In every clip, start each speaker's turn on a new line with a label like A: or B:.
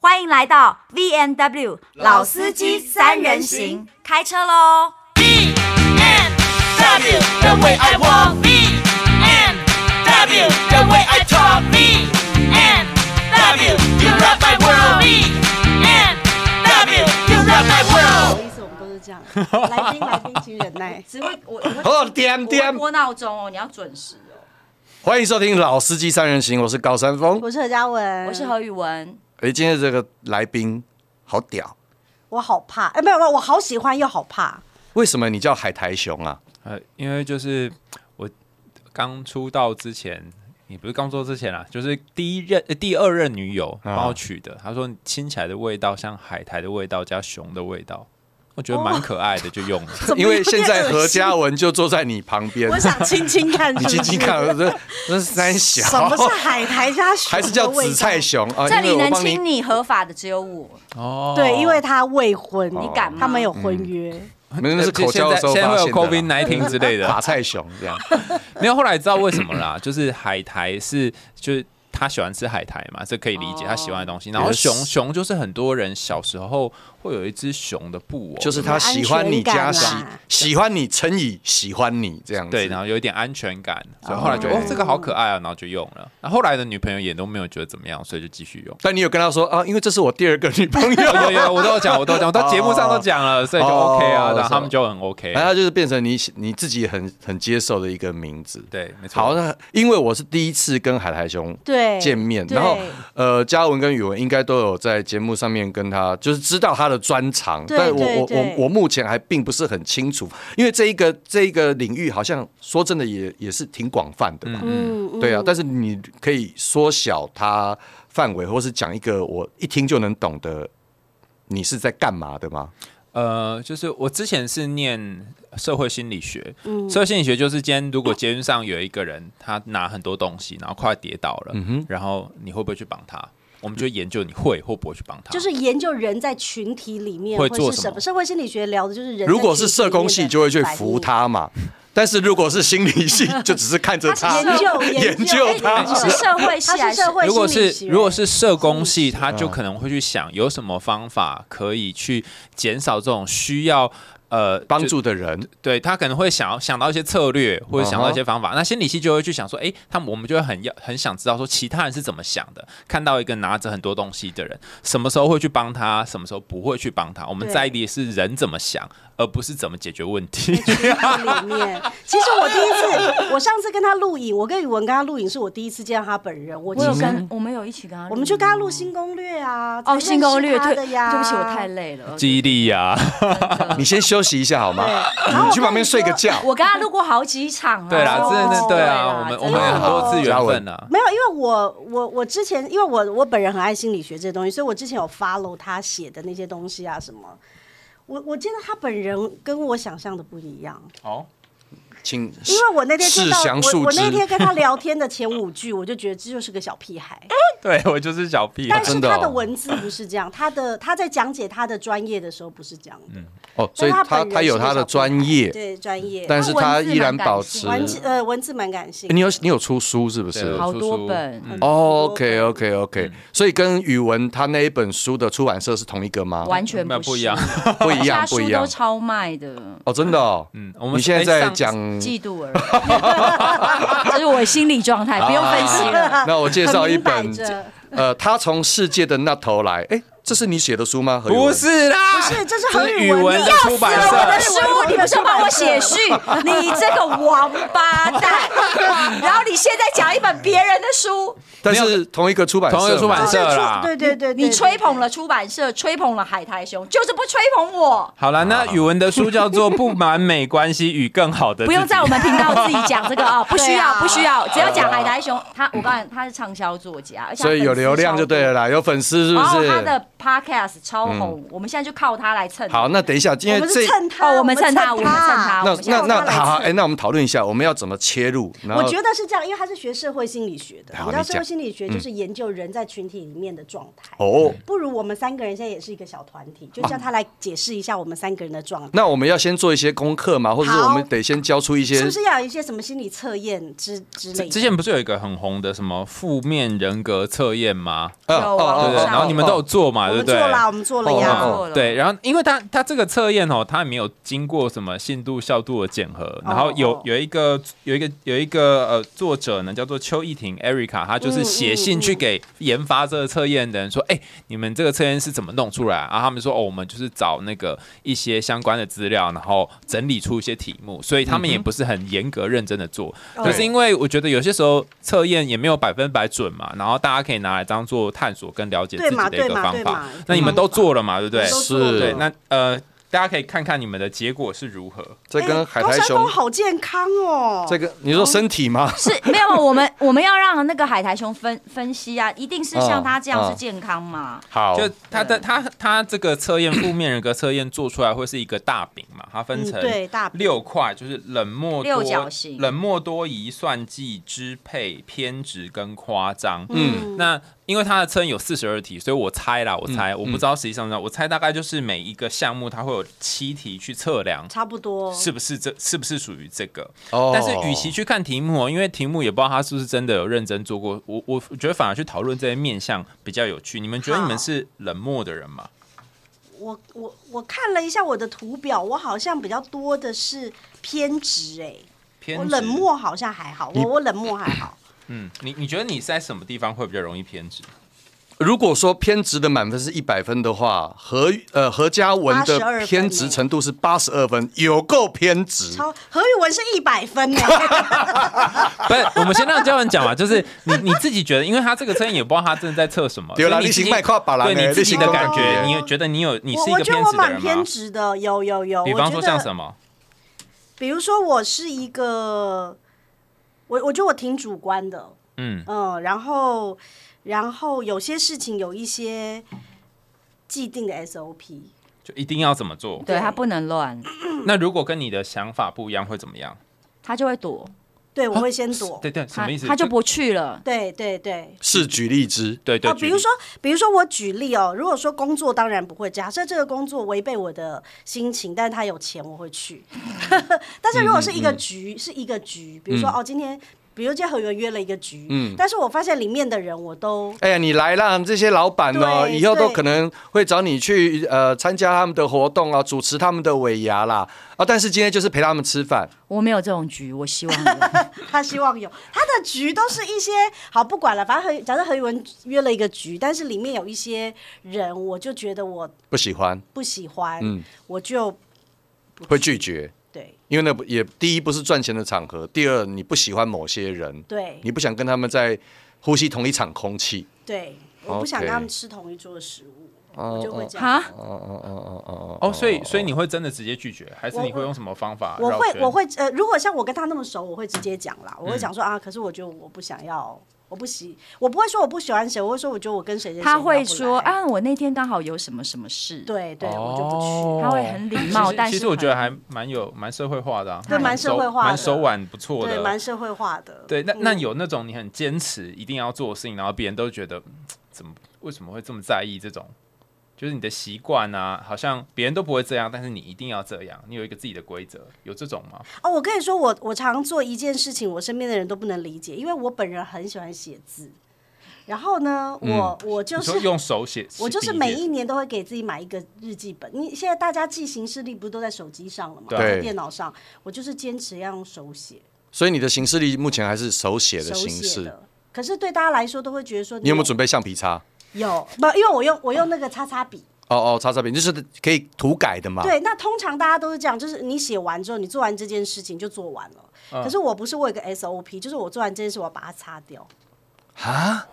A: 欢迎来到 V N W 老司机三人行，开车喽！
B: B and W the way I walk. B and W the way I talk. B and W you rock my world. B and W you rock my world.
C: 不好意思，我们都是这样。来宾，来宾，请忍耐。
A: 只会我我会
D: 哦，点
A: 我
D: 点
A: 会，拨闹钟哦，你要准时哦。
D: 欢迎收听《老司机三人行》，我是高山峰。
C: 我是何嘉文，
A: 我是何宇文，
D: 哎，今天这个来宾好屌，
C: 我好怕，哎、没有没有，我好喜欢又好 怕。
D: 为什么你叫海苔熊啊？
E: 呃，因为就是我刚出道之前，也不是刚出道之前啦，就是第一任、呃第二任女友
D: 啊
E: 帮我取的。她说你亲起来的味道像海苔的味道加熊的味道，我觉得蛮可爱的，就用了。
C: 哦怎么
D: 因为现在何嘉
C: 有点恶
D: 文就坐在你旁边
C: 心，我，想亲亲看，
D: 你轻轻
C: 是不是。
D: 看，这这是三小，
C: 什么是海苔加熊？
D: 还是叫紫菜？熊啊？
A: 这
D: 因
A: 里
D: 为我
A: 能
D: 帮
A: 亲你合法的只有我，
E: 哦
C: 对，因为他未婚，
A: 哦你敢吗？
C: 他们有婚约。
D: 你， 没有那是口
E: 现
D: 交的
E: 在
D: 时候
E: 呃现在
D: 发
E: 会有
D: 现
E: COVID
D: 的啦。
E: nineteen 之类
D: 法
E: 的，
D: 菜熊这样，
E: 没有。后来知道为什么啦，就是海苔是就是。他喜欢吃海苔嘛，这可以理解，他喜欢的东西。然后
D: 哦 Yes
E: 熊熊就是很多人小时候会有一只熊的布偶，
D: 就是他喜欢你加
C: 安
D: 喜
C: 全感啦啊
D: 喜欢你乘以喜欢你这样子。
E: 对，然后有一点安全感，所以后来就
D: 哦。
E: 哦这个好可爱啊，然后就用了。然后后来的女朋友也都没有觉得怎么样，所以就继续用
D: 但你有跟他说啊，因为这是我第二个女朋友，
E: 有有有，我都有讲，我都有讲，我到节目上都讲了，所以就
D: 哦
E: OK 啊，
D: 是哎
E: 然后他们就很 OK
D: 然。后它就是变成你喜你自己很很接受的一个名字。
E: 对，没错。
D: 好，那因为我是第一次跟海苔兄
C: 对，
D: 见面，
C: 对
D: 然后呃，嘉文跟宇文应该都有在节目上面跟他，就是知道他的专长，
C: 对
D: 但我
C: 对
D: 我
C: 对
D: 我我目前还并不是很清楚，因为这一个这一个领域好像说真的也也是挺广泛的嘛，
C: 嗯，嗯
D: 对啊，但是你可以缩小它范围，或是讲一个我一听就能懂的，你是在干嘛的吗？
E: 呃，就是我之前是念社会心理学，社会心理学就是今天如果捷运上有一个人他拿很多东西，然后快跌倒
D: 嗯
E: 了，然后你会不会去帮他？我们就研究你会或不会去帮他。
C: 就是研究人在群体里面
E: 会
C: 或
E: 做
C: 是
E: 什
C: 什
E: 么
C: 社会心理学聊的就是人。
D: 如果是社工系，就会去扶。他嘛。但是如果是心理系，就只是看着他
C: 研究研
D: 研究他
A: 哎你是社会系
C: 他
A: 还
C: 是社会
E: 如果
C: 心理
E: 是
C: 学，
E: 如果是社工系，他
D: 嗯
E: 就可能会去想有什么方法可以去减少这种需要呃
D: 帮。
E: 就
D: 助的人，
E: 对他可能会想要想到一些策略，或者想到一
D: 嗯
E: 些方法。那心理系就会去想说，诶，他们我们就会很要很想知道说其他人是怎么想的。看到一个拿着很多东西的人，什么时候会去帮他，什么时候不会去帮他。我们
C: 对
E: 在意的是人怎么想，而不是怎么解决问题。
C: 里 面。其实我第一次，我上次跟他录影，我跟宇文跟他录影，是我第一次见到他本人。我
A: 我有
C: 其实
A: 跟我们有一起跟他录音哦，
C: 我们去跟他录《新攻略》啊，
A: 哦新攻略，
C: 才
A: 对
C: 认识他
A: 对
C: 的
A: 不
C: 呀。
A: 起，我太。累了。
E: 记忆力啊呀、
D: 你先休息一下好吗？
C: 对
D: 你去旁边睡个觉。
A: 我跟他录过好几场啊
E: 对啦，真的
C: 哦
E: 对啊，我们我们有很多次
D: 嘉
E: 缘
D: 文
E: 分啊。
C: 没有，因为我我我之前，因为我我本人很爱心理学这东西，所以我之前有 follow 他写的那些东西啊什么。我我见到他本人跟我想象的不一样，
E: 好，
D: 请
C: 因为我那天见
D: 试
C: 到
D: 详
C: 我
D: 述
C: 我
D: 之。
C: 那天跟他聊天的前五句，我就觉得这就是个小屁孩。
E: 对我就是小屁孩
C: 但是
D: 真的
C: 他
D: 哦
C: 的文字不是这样，他的他在讲解他的专业的时候不是这样的，
D: 哦，所以
C: 但
D: 他
C: 本人
D: 他有
C: 是个
D: 他的
C: 小屁
D: 专
C: 孩
D: 业，
C: 对专业，
E: 嗯
D: 但是他依然保持。
A: 他文
C: 文
A: 字
D: 欸
C: 字呃文字蛮感性的。
D: 你有你有出书是不
E: 对啊
D: 是
E: 我？
A: 好多
E: 出书
A: 本
E: 嗯
D: 哦 OK OK OK，所以跟语文他那一本书的出版社是同一个吗？
A: 完全
E: 没有
A: 不
E: 不
A: 是
E: 一样，
D: 不一
A: 他
D: 样，不
A: 书
D: 一
A: 都
D: 样。
A: 超卖的。
D: 哦，真的哦。
E: 嗯，我们
D: 你现在
E: 哎
D: 在
E: 上
D: 讲，
A: 嫉妒而 已，这是我心理状
D: 啊
A: 态，不用分析了。
D: 那我介绍一
C: 啊很
D: 本
C: 明摆着
D: 呃，他从世界的那头来，哎，这是你写的书吗？何宇文
E: 不，是啦，
C: 不是这是
E: 这
C: 何
E: 是
C: 宇
E: 语
C: 文
E: 文
C: 的
E: 的出版
A: 我的
E: 社。
A: 书，你不是帮我写序，你这个王八 蛋！然后你现在讲一本别人的书，
D: 但是同一个出版社嘛，
E: 同一个出版
C: 这
E: 社
C: 是
E: 啦
C: 出对对对，对
A: 你吹捧了出版社，吹捧了海苔熊，就是不吹捧我。
E: 好了，那语文的书叫做《不完美关系与更好的自己》，
A: 不用在我们频道自己讲这个啊、不需要，不需要，只要讲海苔熊，他我告诉你，他是畅销作家，而且他
D: 啊所以有
A: 粉丝
D: 流量
A: 超
D: 就对
A: 多
D: 了啦，有粉丝是
A: 然
D: 不
A: 后
D: 是？
C: 哦
D: 嗯
A: 他的 podcast 超红，我们现在就靠他来蹭。哦
D: 好，那等一下，因
C: 我
D: 为
C: 们
D: 这
C: 是蹭他，
A: 哦我们蹭他我们蹭他
D: 那
A: 我们
D: 那
A: 要
D: 那
C: 他来
D: 好好，
C: 蹭
D: 哎，那我们讨论一下，我们要怎么切入？然
B: 我
D: 后
B: 觉得是这样，因为他是学社会心理学的，
D: 好
B: 你知道
D: 你
B: 社会
D: 讲嗯
B: 心理学就是研究人在群体里面的状态。
D: 哦，
B: 不如我们三个人现在也是一个小团体，
E: 啊
B: 就叫他来解释一下我们三个人的状态，
D: 那我们要先做一些功课嘛，或者是
B: 好
D: 我们得先交出一些
B: 是不是要有一些什么心理测验之之类
E: 之
B: 的？
E: 之前不是有一个很红的什么负面人格测验吗？
D: 呃
A: 有啊
E: 对
A: 哦
E: 不对，
A: 哦
E: 然后你们都有做嘛，
B: 我
E: 对
B: 们
E: 不对
B: 做？啦，我们做了
D: 哦哦
B: 呀。
D: 哦
E: 对，，然后因为他他这个测验哦，他没有经过什么信度、效度的检核，然后有
B: 哦
E: 有一个有一个有一个呃作者呢叫做邱逸婷 Erica，她
B: 嗯
E: 就是写信去给研发这个测验的人说，哎、你们这个测验是怎么弄出来啊？然后他们说哦，我们就是找那个一些相关的资料，然后整理出一些题目，所以他们也不是很严格认真的做，
B: 嗯哦
E: 可是因为我觉得有些时候测验也没有百分百准嘛，然后大家可以拿来当做探索跟了解自
B: 对
E: 己
B: 嘛
E: 的一
B: 对
E: 个
B: 嘛
E: 方
B: 对
E: 法
B: 嘛。
E: 那你们都做了嘛，对不对？
B: 嗯都做了
D: 是
E: 对，那呃，大家可以看看你们的结果是如何。
D: 这跟
B: 哎
D: 海
B: 东
D: 苔
B: 山
D: 熊
B: 东好健康哦，
D: 这个，你说身体吗？
A: 是没有我 们我们要让那个海苔熊分分析啊，一定是像他这样
B: 啊
A: 是健康嘛？
D: 好
E: 就他的他他这个测验负面人格测验做出来会是一个大饼嘛，它分成
B: 嗯对大饼
E: 六块，就是冷漠多
A: 六角形
E: 冷漠多疑、算计、支配、偏执跟夸张。
D: 嗯
E: 那因为它的测验有四十二题，所以我猜啦，我猜、我不知道实际上呢，我猜大概就是每一个项目它会有七题去测量。
B: 差不多
E: 是不是这是不是属于这个？
D: 哦
E: 但是与其去看题目哦，因为题目也不知道他是不是真的有认真做过。我我觉得反而去讨论这些面相比较有趣。你们觉得
B: 好
E: 你们是冷漠的人吗？
B: 我我我看了一下我的图表，我好像比较多的是偏执哎、
E: 偏
B: 我
E: 执
B: 冷。漠好像还好，我我冷漠还好。
E: 嗯，你你觉得你在什么地方会比较容易偏 执？
D: 如果说偏执的满分是一百分的话，何呃何嘉文
B: 82分
D: 的
B: 耶
D: 偏执程度是八十二分，有够偏执。
B: 超何宇文是一百分呢、欸，
E: 不是，我们先让教文讲嘛，就是你你自己觉得，因为他这个测验也不知道他真的在测什么，
D: 对啦
E: 所以你自
D: 你先
E: 己
D: 卖跨把啦
E: 对
D: 呢
B: 哎
E: 你自己的感
B: 你先
E: 觉，
B: 讲
E: 你有觉得你有你
B: 我
E: 是一
B: 我
E: 个
B: 觉得
E: 偏
B: 我
E: 执的
B: 蛮
E: 人
B: 偏
E: 吗？
B: 执的，有有有。
E: 比方说像什
B: 么？
E: 么？
B: 比如说我是一个，我我觉得我挺主观的，
E: 嗯，
B: 嗯，然后然后有些事情有一些既定的 SOP，
E: 就一定要怎么做？
A: 对他不能乱，
E: 那如果跟你的想法不一样会怎么样？
A: 他就会躲，
B: 对我会先躲，
E: 对对，什
A: 他
E: 么意思？
A: 他就不去了。
B: 对对对。
D: 是举例之，
E: 对对，
B: 哦，比如说，比如说我举例哦，如果说工作当然不会，假设这个工作违背我的心情，但是他有钱我会去。 但是如果是一个局，是一个局，比如说、哦，今天，比如今天和源约了一个局，但是我发现里面的人我都
D: 哎呀，你来啦！这些老板哦，
B: 对
D: 以后都
B: 对
D: 可能会找你去呃参加他们的活动啊，主持他们的尾牙啦啊。但是今天就是陪他们吃饭，
A: 我没有这种局，我希望 有
B: 他希望有他的局都是一些好不管了，反正何假设何宇文约了一个局，但是里面有一些人，我就觉得我
D: 不喜欢
B: 不喜欢，
D: 嗯
B: 我就
D: 会拒绝，
B: 对
D: 因为那不也第一不是赚钱的场合，第二你不喜欢某些人，
B: 对
D: 你不想跟他们在呼吸同一场空气。
B: 对，我不想
D: OK
B: 跟他们吃同一桌的食物，我就会这样。
A: 哈，
D: 哦
E: 哦，所以所以你会真的直接拒绝，还是你会用什么方法绕
B: 我
E: 圈？嗯
B: 会我会呃，如果像我跟他那么熟，我会直接讲啦，我会讲说、啊，可是我觉得我不想要，我不喜，我不会说我不喜欢谁，我会说我觉得我跟谁谁谁
A: 他会
B: 聊不来
A: 说，啊，我那天刚好有什么什么事，，
B: 对对，我就不去。
E: 哦，
A: 他会很礼貌
E: 其实，
A: 但
E: 其
A: 是
E: 实我觉得
A: 很
E: 还蛮有蛮社会化的啊，
B: 对蛮社会化的
E: 蛮手腕不错
B: 对，
E: 的
B: 蛮。社会化的。
E: 对，那
B: 嗯
E: 那有那种你很坚持一定要做的事情，然后别人都觉得嗯怎么为什么会这么在意这种，就是你的习惯啊，好像别人都不会这样，但是你一定要这样，你有一个自己的规则，有这种吗？
B: 哦，我跟你说，我我常做一件事情，我身边的人都不能理解，因为我本人很喜欢写字。然后呢，我、
D: 嗯
B: 我就
E: 你
B: 是
E: 说用手写，
B: 我就是
E: 笔
B: 每
E: 写
B: 一年都会给自己买一个日记本。你现在大家记行事历不是都在手机上了吗？
E: 对
B: 在电脑上，我就是坚持要用手写，
D: 所以你的行事历目前还是手写的
B: 手
D: 形
B: 写
D: 式。
B: 的。可是对大家来说都会觉得说
D: 你有没有准
B: 准
D: 备橡皮擦？
B: 有不？因为我用我用那个擦擦笔。
D: 哦哦，擦擦笔就是可以涂改的嘛。
B: 对，那通常大家都是这样，就是你写完之后，你做完这件事情就做完了。可是我不是，我有个 SOP，就是我做完这件事，我要把它擦掉。
D: 啊，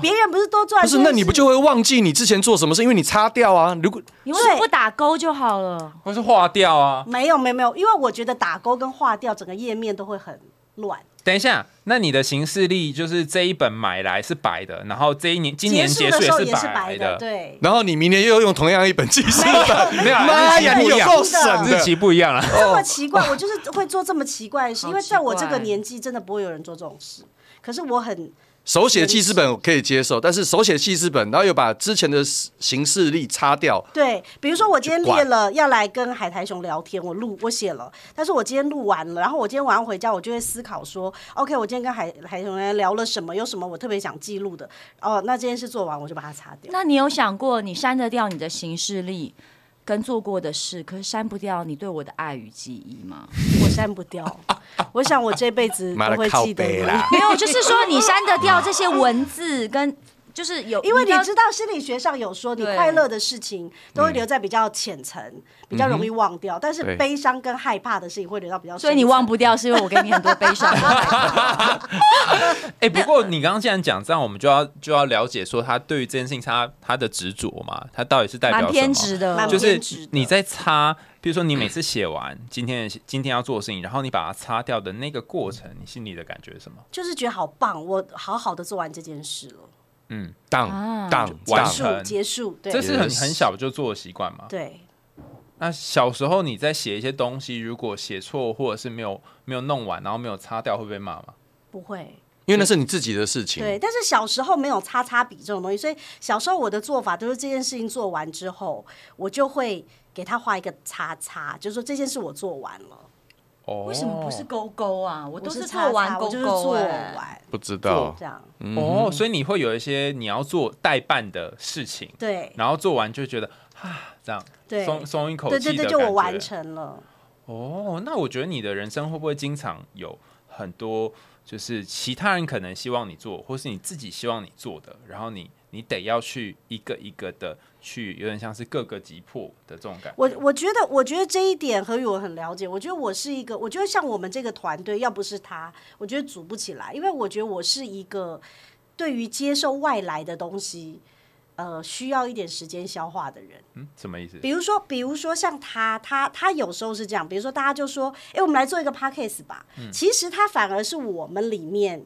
B: 别人不是都做完
D: 不
B: 这
D: 是，
B: 件
D: 那
B: 事？
D: 你不就会忘记你之前做什么事？因为你擦掉啊。如果
A: 你为什么不打勾就好了？
E: 或是划掉啊，
B: 没有没有没有，因为我觉得打勾跟划掉整个页面都会很乱。
E: 等一下，那你的行事历就是这一本买来是白的，然后这一年今年
B: 结束
E: 结
B: 的
E: 束
B: 时候
E: 也
B: 也是
E: 白
B: 白的，对。
D: 然后你明年又用同样一本记事本，
E: 没有啊
D: 妈呀，
E: 日期
D: 你
E: 不
D: 有
E: 一样
D: 够省
E: 日
D: 的。哦
E: 期不一样了。啊
B: 这么奇怪，我就是会做这么奇怪的事，
E: 哦好
B: 因为在我这
E: 奇
B: 个
E: 怪
B: 年纪，真的不会有人做这种事。可是我很
D: 手写记事本我可以接受，但是手写记事本，然后又把之前的行事历擦掉，
B: 对，比如说我今天
D: 去管
B: 列了要来跟海苔熊聊天，我录我写了，但是我今天录完了，然后我今天晚上回家，我就会思考说，OK，我今天跟海海苔熊来聊了什么，有什么我特别想记录的，哦，那这件事做完我就把它擦掉。
A: 那你有想过，你删得掉你的行事历跟做过的事，可是删不掉你对我的爱与记忆 吗？
B: 我删 不掉，我想我这辈子
D: 妈
B: 都会
D: 的靠
B: 记得
D: 背
B: 你。
D: 啦！
A: 没有，就是说你删得掉这些文字跟，就是有，
B: 因为你
A: 一定要
B: 知道心理学上有说，你
A: 对
B: 快乐的事情都会留在比较浅层，比较容易忘掉；但是
D: 嗯对
B: 悲伤跟害怕的事情会留到比较深层。
A: 所以你忘不掉，是因为我给你很多悲伤。
E: 哎、不过你刚刚既然讲这样，我们就要就要了解说他对于这件事情他他的执着嘛，他到底是代表什
A: 蛮
E: 么？
A: 偏执的，
B: 蛮
E: 就
B: 偏
E: 是
B: 执的
E: 你在擦，比如说你每次写完今天的今天要做的事情，然后你把它擦掉的那个过程，你心里的感觉是什么？
B: 就是觉得好棒，我好好的做完这件事了，啊
D: 当当
E: 完
D: 当
E: 成
B: 结束结束，对，
E: 这是很
D: Yes
E: 很小就做的习惯嘛？
B: 对。
E: 那小时候你在写一些东西，如果写错或者是没有没有弄完，然后没有擦掉，会被骂吗？
B: 不会，
D: 因为那是你自己的事情。
B: 对，但是小时候没有擦擦笔这种东西，所以小时候我的做法就是这件事情做完之后，我就会给他画一个叉叉，就是说这件事我做完了，
E: 哦，
A: 为什么不是勾勾啊？我都
B: 我是
A: 做
B: 叉
A: 完
B: 叉
A: 勾
B: 我就是
A: 勾
B: 做
A: 哎、
B: 完
D: 不知
E: 啊
D: 道
B: 这样，
E: 哦，所以你会有一些你要做代办的事情，
B: 对
E: 然后做完就觉得啊，这样
B: 对
E: 松松一口
B: 对
E: 气
B: 对
E: 的
B: 对，
E: 感
B: 就
E: 觉。
B: 我完成了。
E: 哦，那我觉得你的人生会不会经常有很多就是其他人可能希望你做，或是你自己希望你做的，然后你你得要去一个一个的去，有点像是各个击破的这种感觉。
B: 我我觉得，我觉得这一点何宇我很了解。我觉得我是一个，我觉得像我们这个团队，要不是他，我觉得组不起来。因为我觉得我是一个对于接受外来的东西，呃，需要一点时间消化的人。
E: 嗯，什么意思？
B: 比如说，比如说像他，他他有时候是这样，比如说大家就说，哎、我们来做一个 podcast 吧。其实他反而是我们里面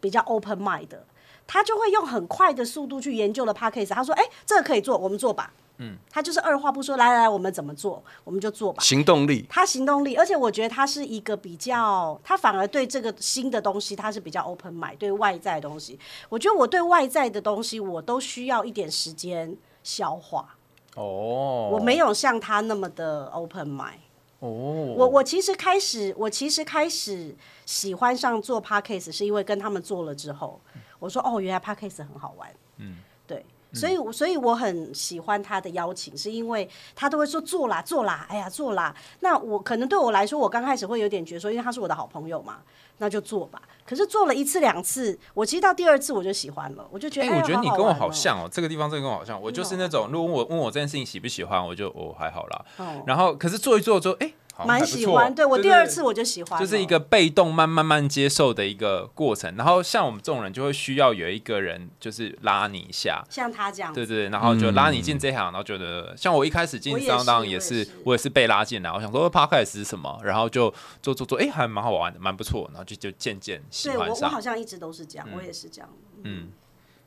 B: 比较 open mind 的，他就会用很快的速度去研究了 podcast。他说，哎、这个可以做，我们做吧。嗯，他就是二话不说，来来来，我们怎么做，我们就做吧。
D: 行动力，
B: 他行动力，而且我觉得他是一个比较，他反而对这个新的东西，他是比较 open mind，对外在的东西，我觉得我对外在的东西，我都需要一点时间消化。
E: 哦，
B: 我没有像他那么的 open mind。
E: 哦，
B: 我
E: 我
B: 我其实开始，我其实开始喜欢上做 podcast，是因为跟他们做了之后，我说哦，原来 podcast 很好玩。嗯，对，所以我所以我很喜欢他的邀请，是因为他都会说做啦做啦，哎呀做啦。那我可能对我来说，我刚开始会有点觉得说，因为他是我的好朋友嘛，那就做吧。可是做了一次两次，我其实到第二次我就喜欢了，我就觉得
E: 哎、
B: 哎呀，
E: 我觉得你
B: 好
E: 跟我
B: 玩
E: 好
B: 哦。
E: 像哦，这个地方真的跟我好像。我就是那种，如果问我问我这件事情喜不喜欢，我就哦还好啦。
B: 哦
E: 然后可是做一做之后，哎、好像还
B: 蛮
E: 不
B: 喜
E: 错
B: 欢，对我
E: 就
B: 第
E: 是
B: 二次我就喜欢了，
E: 就是一个被动慢慢慢接受的一个过程。然后像我们这种人，就会需要有一个人就是拉你一下。
B: 像他这样子
E: 对对，对然后就拉你进这行，然后觉得像我一开始进
B: 我也是
E: 当当
B: 我也
E: 也是
B: 是，
E: 我也是被拉进来，我想说哦 podcast 是什么，然后就做做做，哎，还蛮好玩的，蛮不错，然后就就渐渐喜
B: 对我，
E: 欢
B: 我
E: 上
B: 好。像一直都是这样，
D: 嗯
B: 我也是这样。嗯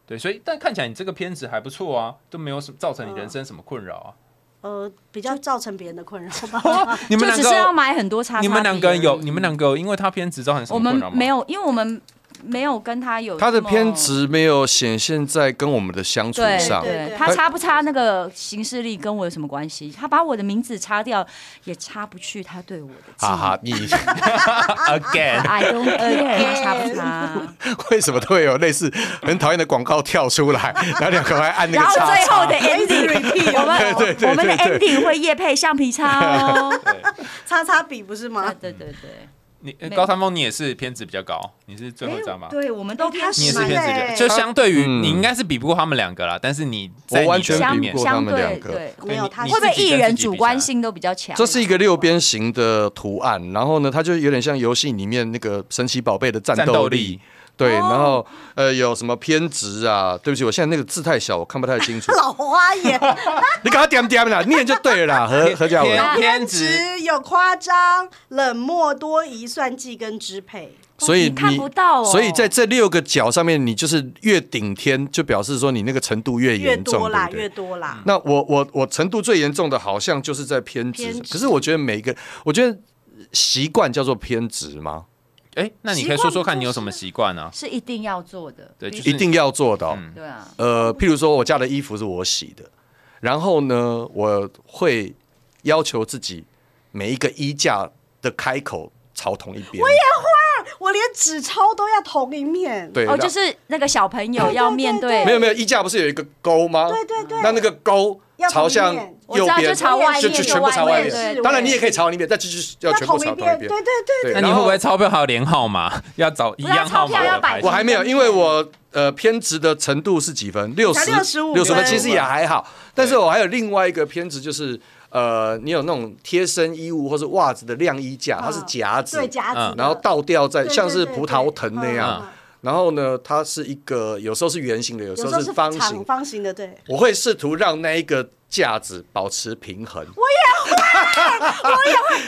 E: 对，所以但看起来你这个片子还不错啊，都没有什么造成你人生什么困扰啊。
B: 呃，比较造成别人的困扰 吧。
E: 你们
A: 就
E: 两
A: 只是要
E: 个，
A: 买很多叉叉笔而已。
E: 你们两个有，你们两个有因为他偏执造成什
A: 我
E: 么困
A: 们
E: 扰吗？
A: 没有，因为我们没有跟他有
D: 他的
A: 这么
D: 偏。执没有显现在跟我们的相处
A: 对
D: 上。
B: 对对
A: 对，他擦不擦那个行事历跟我有什么关系？他把我的名字擦掉，也擦不去他对我的记忆。
D: 哈哈，你
E: again。
A: I don't care，擦不擦？
D: 为什么都会有类似很讨厌的广告跳出 来，然后两个还按那
A: 然
D: 个
A: 后
D: 叉
A: 最后
D: 叉？
A: 的 ending，我们我们的 ending 会夜配橡皮擦哦。
B: 擦擦笔不是吗？
A: 对对对，
E: 你呃高山峰，你也是偏执比较高，你是最后一张吗？
A: 对，我们都
B: 哎他
A: 偏
B: 是
E: 你也
A: 执
E: 是
A: 嘛
E: 偏执
B: 对
E: 的，就相对于
D: 嗯
E: 你应该是比不过他们两个啦，但是你在
D: 我完全
E: 你的
A: 相
E: 里
D: 比
E: 面
D: 不过他
A: 相
D: 们两
A: 对
D: 个
A: 对，
B: 没有，他。
E: 你
A: 会不会
E: 自己
A: 艺
E: 跟
A: 人
E: 自己
A: 主
E: 比
A: 观
E: 赛
A: 性都比较强？
D: 这是一个六边形的图案，然后呢，它就有点像游戏里面那个神奇宝贝的战
E: 战
D: 斗
E: 斗
D: 力
E: 力。
D: 对，
A: 哦
D: 然后呃，有什么偏执啊？对不起，我现在那个字太小，我看不太清楚
B: 老花眼，
D: 你给他点点啦，念就对了 啦，何何家
A: 啊
D: 文。
E: 偏
B: 偏
E: 执
B: 执有夸张、冷漠、多疑、算计跟支配。
D: 所
A: 你
D: 以
A: 看不到哦
D: 所以在这六个角上面，你就是越顶天，就表示说你那个程度越
B: 越
D: 严重，
B: 多啦，
D: 对不对
B: 越多啦。
D: 那我我我程度最严重的，好像就是在偏执
B: 偏。执
D: 可是我觉得每一个，我觉得习惯叫做偏执吗？
E: 哎，那你
A: 习
E: 可以说
A: 惯
E: 说看
A: 不
E: 你有什
A: 是
E: 么习惯啊？
A: 是一定要做的，
E: 对就是
D: 一定要做到。
E: 嗯
A: 对啊，
D: 呃，譬如说我家的衣服是我洗的，然后呢，我会要求自己每一个衣架的开口朝同一边。我也
B: 我连纸钞都要同一面，
D: 对，
A: 哦，
D: 那
A: 就是那个小朋友要面对，
D: 没有没有，衣架不是有一个钩吗？
B: 对对对
D: 那那个钩
B: 要
D: 朝
B: 同一
D: 向
B: 面
A: 我
D: 右
A: 知道
D: 边，
A: 就朝外
D: 就
A: 面就
D: 就全部
A: 外
D: 朝外
A: 面
D: 面。
A: 对
D: 当然你也可以朝另一边，但就是要
B: 要
D: 全部
B: 同
D: 朝
B: 一
D: 同一
B: 边，
D: 边
B: 对。对对，
D: 对
E: 那你
D: 然
E: 会
D: 后
E: 不会钞票还有连号码？ 要找一
A: 不是啊
E: 样号码
A: 钞票要
E: 的
A: 摆
E: 牌
A: 出
E: 子
D: 我还没
B: 哎
D: 有，
A: 对
D: 因为我呃偏执的程度是几分？六十，
B: 才65
D: 六十分，
B: 分
D: 其实也还好。但是我还有另外一个偏执，就是呃，你有那种贴身衣物或是袜子的晾衣架，它是夹子，
B: 嗯对夹子
E: 嗯，
D: 然后倒吊在
B: 对
D: 像是
B: 对对
D: 葡萄藤那
E: 嗯
D: 样
E: 嗯。
D: 然后呢，它是一个有时候是圆形的，有时
B: 有时
D: 候
B: 候
D: 是
B: 是
D: 方
B: 长
D: 形。
B: 方形 的，对。
D: 我会试图让那一个架子保持平衡。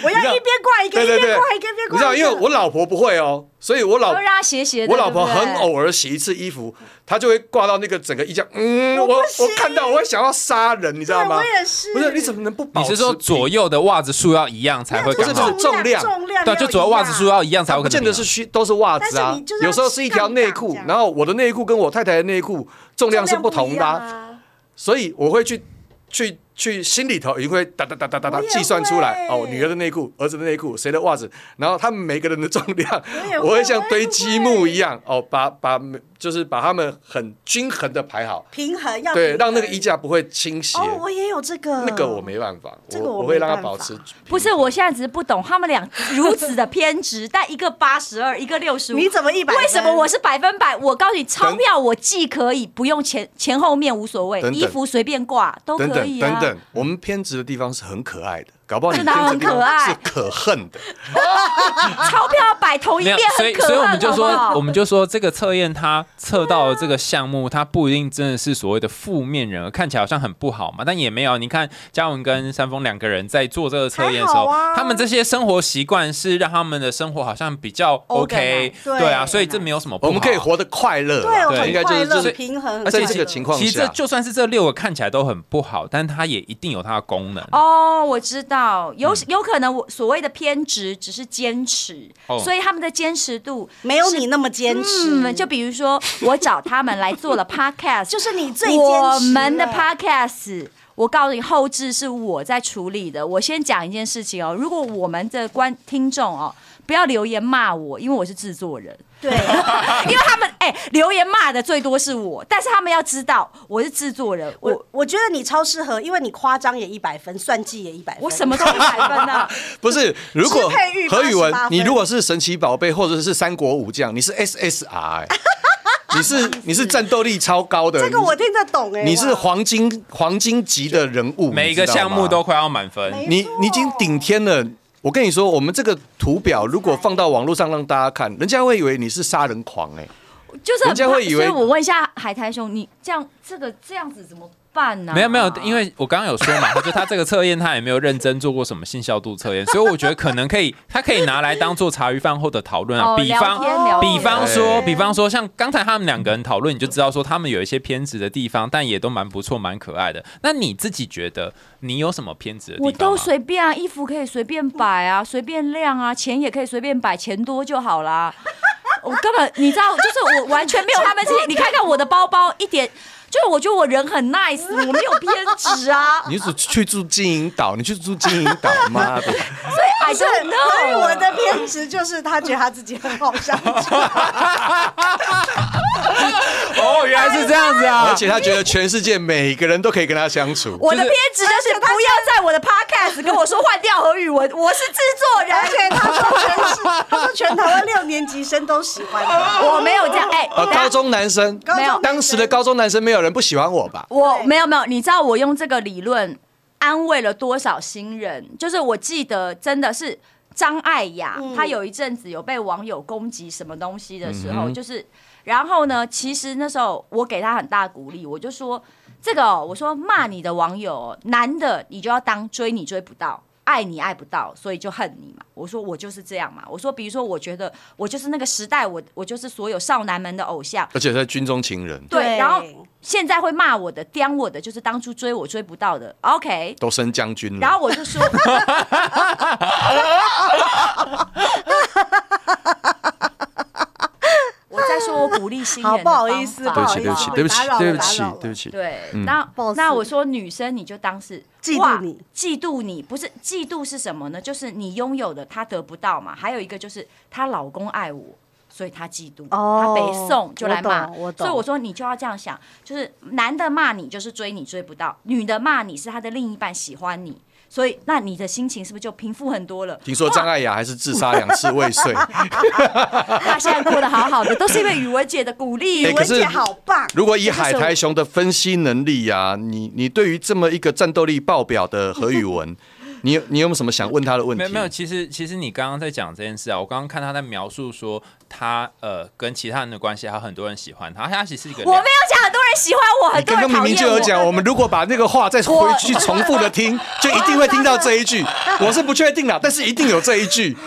B: 我要一边挂一个，
D: 对
B: 一
D: 对
B: 边
D: 对
B: 挂一个，一边挂一个。
D: 你知道，因为我老婆不会哦，所以我老
A: 会让他斜斜的，
D: 我老婆
A: 对不对
D: 很偶尔洗一次衣服，她就会挂到那个整个衣架。嗯，我
B: 不
D: 我
B: 行
D: 看到我会想要杀人，你知道
B: 对
D: 吗？
B: 我也是
D: 不是，你怎么能不保
E: 你
D: 持？
E: 是说左？右的袜子数要一样才会
D: 不是
E: 刚
D: 不
E: 好
D: 是？重量
B: 重量
E: 对啊，就左右袜子数
B: 要
E: 要一样才有
D: 不
E: 可能
D: 见
E: 平
D: 得
E: 啊。
D: 是虚，都是袜子
B: 但
D: 啊
B: 是你就是。要
D: 有时候是一条内裤
B: 上，档
D: 然后我的内裤跟我太太的内裤重
B: 一样
D: 量是不同的
B: 重
D: 啊，
B: 量不一样啊
D: 所以我会去去去心里头也会哒哒哒哒哒哒
B: 我也
D: 计算出来。
B: 会
D: 哦，女儿的内裤，儿子的内裤，谁的袜子，然后他们每个人的重量
B: 我也，会
D: 我会像
B: 我也
D: 堆
B: 会
D: 积木一样，哦，把把就是把他们很均衡的排好。
B: 平衡要
D: 对，
B: 平衡
D: 让那个衣。架不会倾斜。
B: 哦，我也有这个。
D: 那个我没办法，
B: 这个
D: 我
B: 我
D: 会
B: 没
D: 让它
B: 办
D: 保
B: 法
D: 持。
A: 不是，我现在只是不懂他们俩如此的偏执， 但一个八十二，一个六十五，
B: 你怎么一百分？
A: 为什么我是百分百？我告诉你，钞
D: 等
A: 票我既可以不用前前后面无所谓
D: 等，等
A: 衣服随便挂都
D: 等
A: 可
D: 等
A: 以啊。
D: 等等，我们偏执的地方是很可爱的，搞不好你
A: 真的
D: 偏执的地
A: 很可
D: 方
A: 爱
D: 是可恨的。
A: 钞票摆同一
E: 没有
A: 边，
E: 所
A: 很
E: 以
A: 可
E: 所以我
A: 恨，
E: 们就
A: 好不
E: 说，
A: 好
E: 我们就说这个测验它测到的这个项目，它不一定真的是所谓的负面人，看起来好像很不好嘛，但也没有。你看嘉文跟山峰两个人在做这个测验的时
B: 还
E: 候，
B: 好啊
E: 他们这些生活习惯是让他们的生活好像比较 OK，
A: Organize，
B: 对
E: 对啊，所以这没有什么不好。
D: 我们可以活得快乐
B: 对
D: 啦，
B: 我很
D: 应该就
B: 快
D: 是
B: 乐
D: 就是
B: 平衡，
E: 而且
D: 在
B: 快乐
D: 这个情况
E: 其实这
D: 下，
E: 就算是这六个看起来都很不好，但它也一定有它的功能。
A: 哦，我知道，有
E: 嗯
A: 有可能我所谓的偏执只是坚持
E: 哦，
A: 所以他们的坚持度
B: 没有你那么坚持，
A: 嗯，就比如说我找他们来做了 podcast，
B: 就是你最坚持了
A: 我们的 podcast。我告诉你，后置是我在处理的。我先讲一件事情哦，如果我们的观听众哦，不要留言骂我，因为我是制作 人，
B: 对，
A: 因为他们哎、留言骂的最多是我，但是他们要知道我是制作人，我
B: 我我觉得你超适合，因为你夸张也一百分，算计也一百分，
A: 我什么都一百分 啊，
D: 不是如果
B: 支配欲
D: 何宇文
B: 88，分
D: 你如果是神奇宝贝或者是三国武将，你是 SSR，欸你是 你是战斗力超高的，
B: 这个
D: 你
B: 我
D: 是
B: 听得懂哎、
D: 你是
B: 哇
D: 黄金黄金级的人物，
E: 每一
D: 你
E: 个
D: 知道
E: 项目
D: 吗
E: 都快要满分，
B: 没
D: 你
B: 错
D: 你已经顶天了。我跟你说，我们这个图表如果放到网络上让大家看，人家会以为你是杀人狂哎、
A: 就是很
D: 人家会以
A: 所
D: 为
A: 以我问一下海苔兄，你这样这个这样子怎么办啊呢、
E: 没有没有，因为我刚刚有说 嘛，就他这个测验他也没有认真做过什么信效度测验，所以我觉得可能可以，他可以拿来当做茶余饭后的讨论啊。
A: 哦，
E: 比
A: 聊
E: 方，
A: 天哦聊天
E: 比方啊
D: 对
E: 说，比方说，像刚才他们两个人讨论，你就知道说他们有一些偏执的地方，但也都蛮不错、蛮可爱的。那你自己觉得你有什么偏执的地方
A: 我
E: 吗？
A: 都随便啊，衣服可以随便摆啊，随便晾啊，钱也可以随便摆，钱多就好啦。 我根本你知道，就是我完全没有他们这 些。你看看我的包包，一点就是我觉得我人很 nice，我没有偏执 啊。
D: 你是去住金银岛，你去住金银岛， 妈的！
A: I
B: 是
A: don't
B: 所以
A: know，
B: 我的偏执就是他觉得他自己很好相 处，
E: 哦，原来是这样子啊
D: 哎而！且他觉得全世界每个人都可以跟他相处。
A: 我的偏执就是不要在我的 podcast 跟我说换掉何宇文，我是制作人，
B: 而且他说全是，他说全台湾六年级生都喜欢他。
A: 我没有这样。哎、
D: 呃，
A: 大家
D: 高中男生，
B: 高中
A: 没有
B: 男生
D: 当时的高中男生没有人不喜欢我吧？
A: 我
B: 对
A: 没有没有，你知道我用这个理论安慰了多少新人？就是我记得真的是张艾雅，
B: 嗯
A: 她有一阵子有被网友攻击什么东西的时候，就是然后呢，其实那时候我给她很大鼓励，我就说这个哦、我说骂你的网友哦、男的你就要当追你追不到，爱你爱不到，所以就恨你嘛。我说我就是这样嘛。我说比如说，我觉得我就是那个时代，我我就是所有少男们的偶像。
D: 而且在军中情人
A: 对，
B: 对
A: 然后现在会骂我的、刁我的，就是当初追我追不到的。OK，
D: 都升将军
A: 然
D: 了，
A: 后我就 说，我在说我鼓励新人的
B: 好不好意思
A: 方
D: 对
A: 法
D: 不
B: 不好
D: 起
B: 意
D: 对不
B: 思
D: 起对不起对
B: 打扰了
D: 不起
B: 打扰了
D: 对不起，
A: 对，那
B: 不好意思
A: 那我说女生你就当是
B: 嫉妒
A: 哇
B: 你
A: 嫉妒你不是嫉妒是什么呢？就是你拥有的她得不到嘛。还有一个就是她老公爱我，所以她嫉妒，
B: 哦
A: 她北宋就来骂
B: 我懂我
A: 所
B: 懂
A: 以我说你就要这样想，就是男的骂你就是追你追不到，女的骂你是她的另一半喜欢你，所以那你的心情是不是就平复很多了？
D: 听说张艾雅还是自杀两次未遂，
A: 她现在过得好好的，都是因为宇文姐的鼓励。
D: 哎
B: 文
D: 可是
B: 姐好棒，
D: 如果以海苔熊的分析能力呀、你你对于这么一个战斗力爆表的何宇文，你有你有没有什么想问他的问
E: 没
D: 题？
E: 有没有，其实其实你刚刚在讲这件事啊，我刚刚看他在描述说他呃跟其他人的关系，还有很多人喜欢他，他其实是一个
A: 我没
E: 两
A: 有讲很多人喜欢我，
D: 你
A: 很多
D: 刚
A: 人
D: 刚明
A: 呃讨
D: 明
A: 厌
D: 就有讲，我们如果把那个话再回去重复的听，就一定会听到这一句。 我是不确定啦，但是一定有这一句。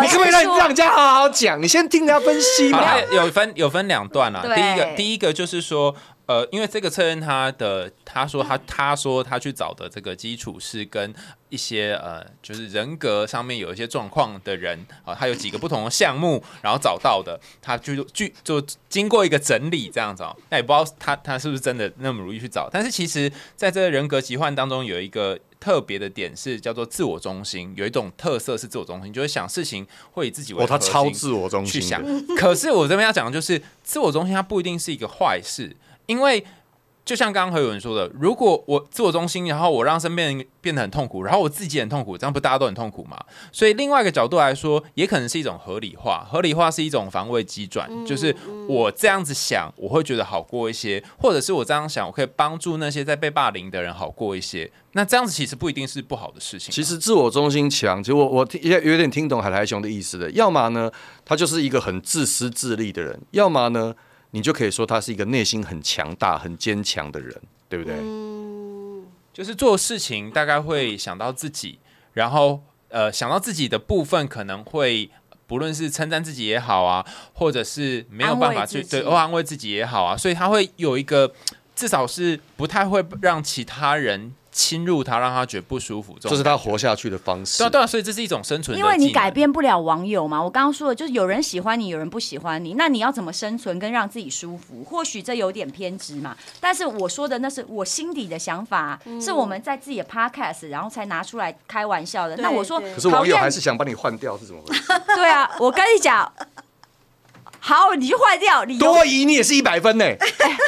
D: 你可不可以让让人家好好讲？你先听人家分析
E: 好，
D: 嘛
E: 它。有分有分两段啦。
A: 对
E: 第一个第一个就是说，呃，因为这个测验他的他说他他说他去找的这个基础是跟一些呃，就是人格上面有一些状况的人啊、他有几个不同的项目，然后找到的，他就就就经过一个整理这样子哦。那也不知道他他是不是真的那么容易去找，但是其实在这个人格疾患当中有一个。特别的点是叫做自我中心，有一种特色是自我中心，就是想事情会以自己为
D: 哦，他
E: 核心
D: 超自我中
E: 去
D: 心
E: 想
D: 的。。
E: 可是我这边要讲的就是，自我中心它不一定是一个坏事，因为就像刚刚何有人说的，如果我自我中心，然后我让身边人变得很痛苦，然后我自己很痛苦，这样不大家都很痛苦嘛？所以另外一个角度来说，也可能是一种合理化。合理化是一种防卫机转，就是我这样子想，我会觉得好过一些，或者是我这样想，我可以帮助那些在被霸凌的人好过一些。那这样子其实不一定是不好的事情啊。
D: 其实自我中心强，其实我我听也有点听懂海苔熊的意思的。要么呢，他就是一个很自私自利的人；要么呢，你就可以说他是一个内心很强大、很坚强的人，对不对？
E: 就是做事情大概会想到自己，然后呃想到自己的部分可能会。不论是称赞自己也好啊，或者是没有办法
A: 安慰
E: 去
A: 自己
E: 对哦安慰自己也好啊，所以他会有一个至少是不太会让其他人侵入他，让他觉得不舒服。这
D: 这
E: 种
D: 是他活下去的方式。
E: 对啊对啊，所以这是一种生存的
A: 因为你
E: 技能
A: 改变不了网友嘛，我刚刚说的就是有人喜欢你，有人不喜欢你，那你要怎么生存跟让自己舒服？或许这有点偏执嘛，但是我说的那是我心底的想法啊、是我们在自己的 podcast 然后才拿出来开玩笑的。
B: 对
A: 那我说，
B: 对
D: 可是网友
A: 讨厌
D: 还是想把你换掉，是怎么回事？
A: 对啊，我跟你讲，好，你就坏掉，理由
D: 多疑你也是一百分呢、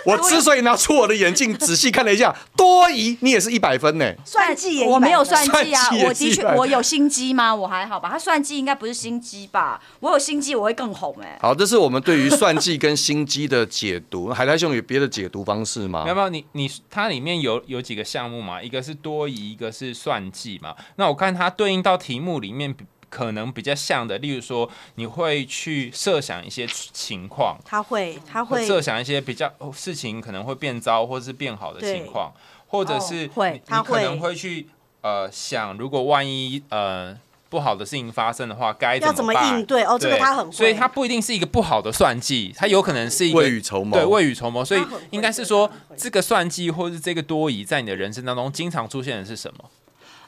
D: 我之所以拿出我的眼镜仔细看了一下，多疑你也是一百分呢、
B: 算计也
A: 我没有
B: 100分
A: 算计啊
D: 算计，也
A: 我
D: 是
A: 的
D: 一
A: 确
D: 百分
A: 我有心机吗？我还好吧，他算计应该不是心机吧？我有心机我会更红哎、
D: 好，这是我们对于算计跟心机的解读。海苔兄有别的解读方式吗
E: 没有？没有，你你它里面有有几个项目嘛，一个是多疑，一个是算计嘛。那我看它对应到题目里面比可能比较像的，例如说你会去设想一些情况，
B: 他会他会
E: 设想一些比较哦事情可能会变糟或是变好的
B: 对
E: 情况，或者是
A: 哦会
E: 你
B: 他
E: 你可
B: 会
E: 能会去呃想，如果万一呃。不好的事情发生的话，该
B: 要怎么
E: 办
B: 应对哦这个他很会
E: 所以他不一定是一个不好的算计，他有可能是一个
D: 未雨绸缪
E: 对，未雨绸缪。所以
B: 他很会
E: 应该是
B: 对
E: 说
B: 他很会，
E: 这个算计或是这个多疑，在你的人生当中经常出现的是什么？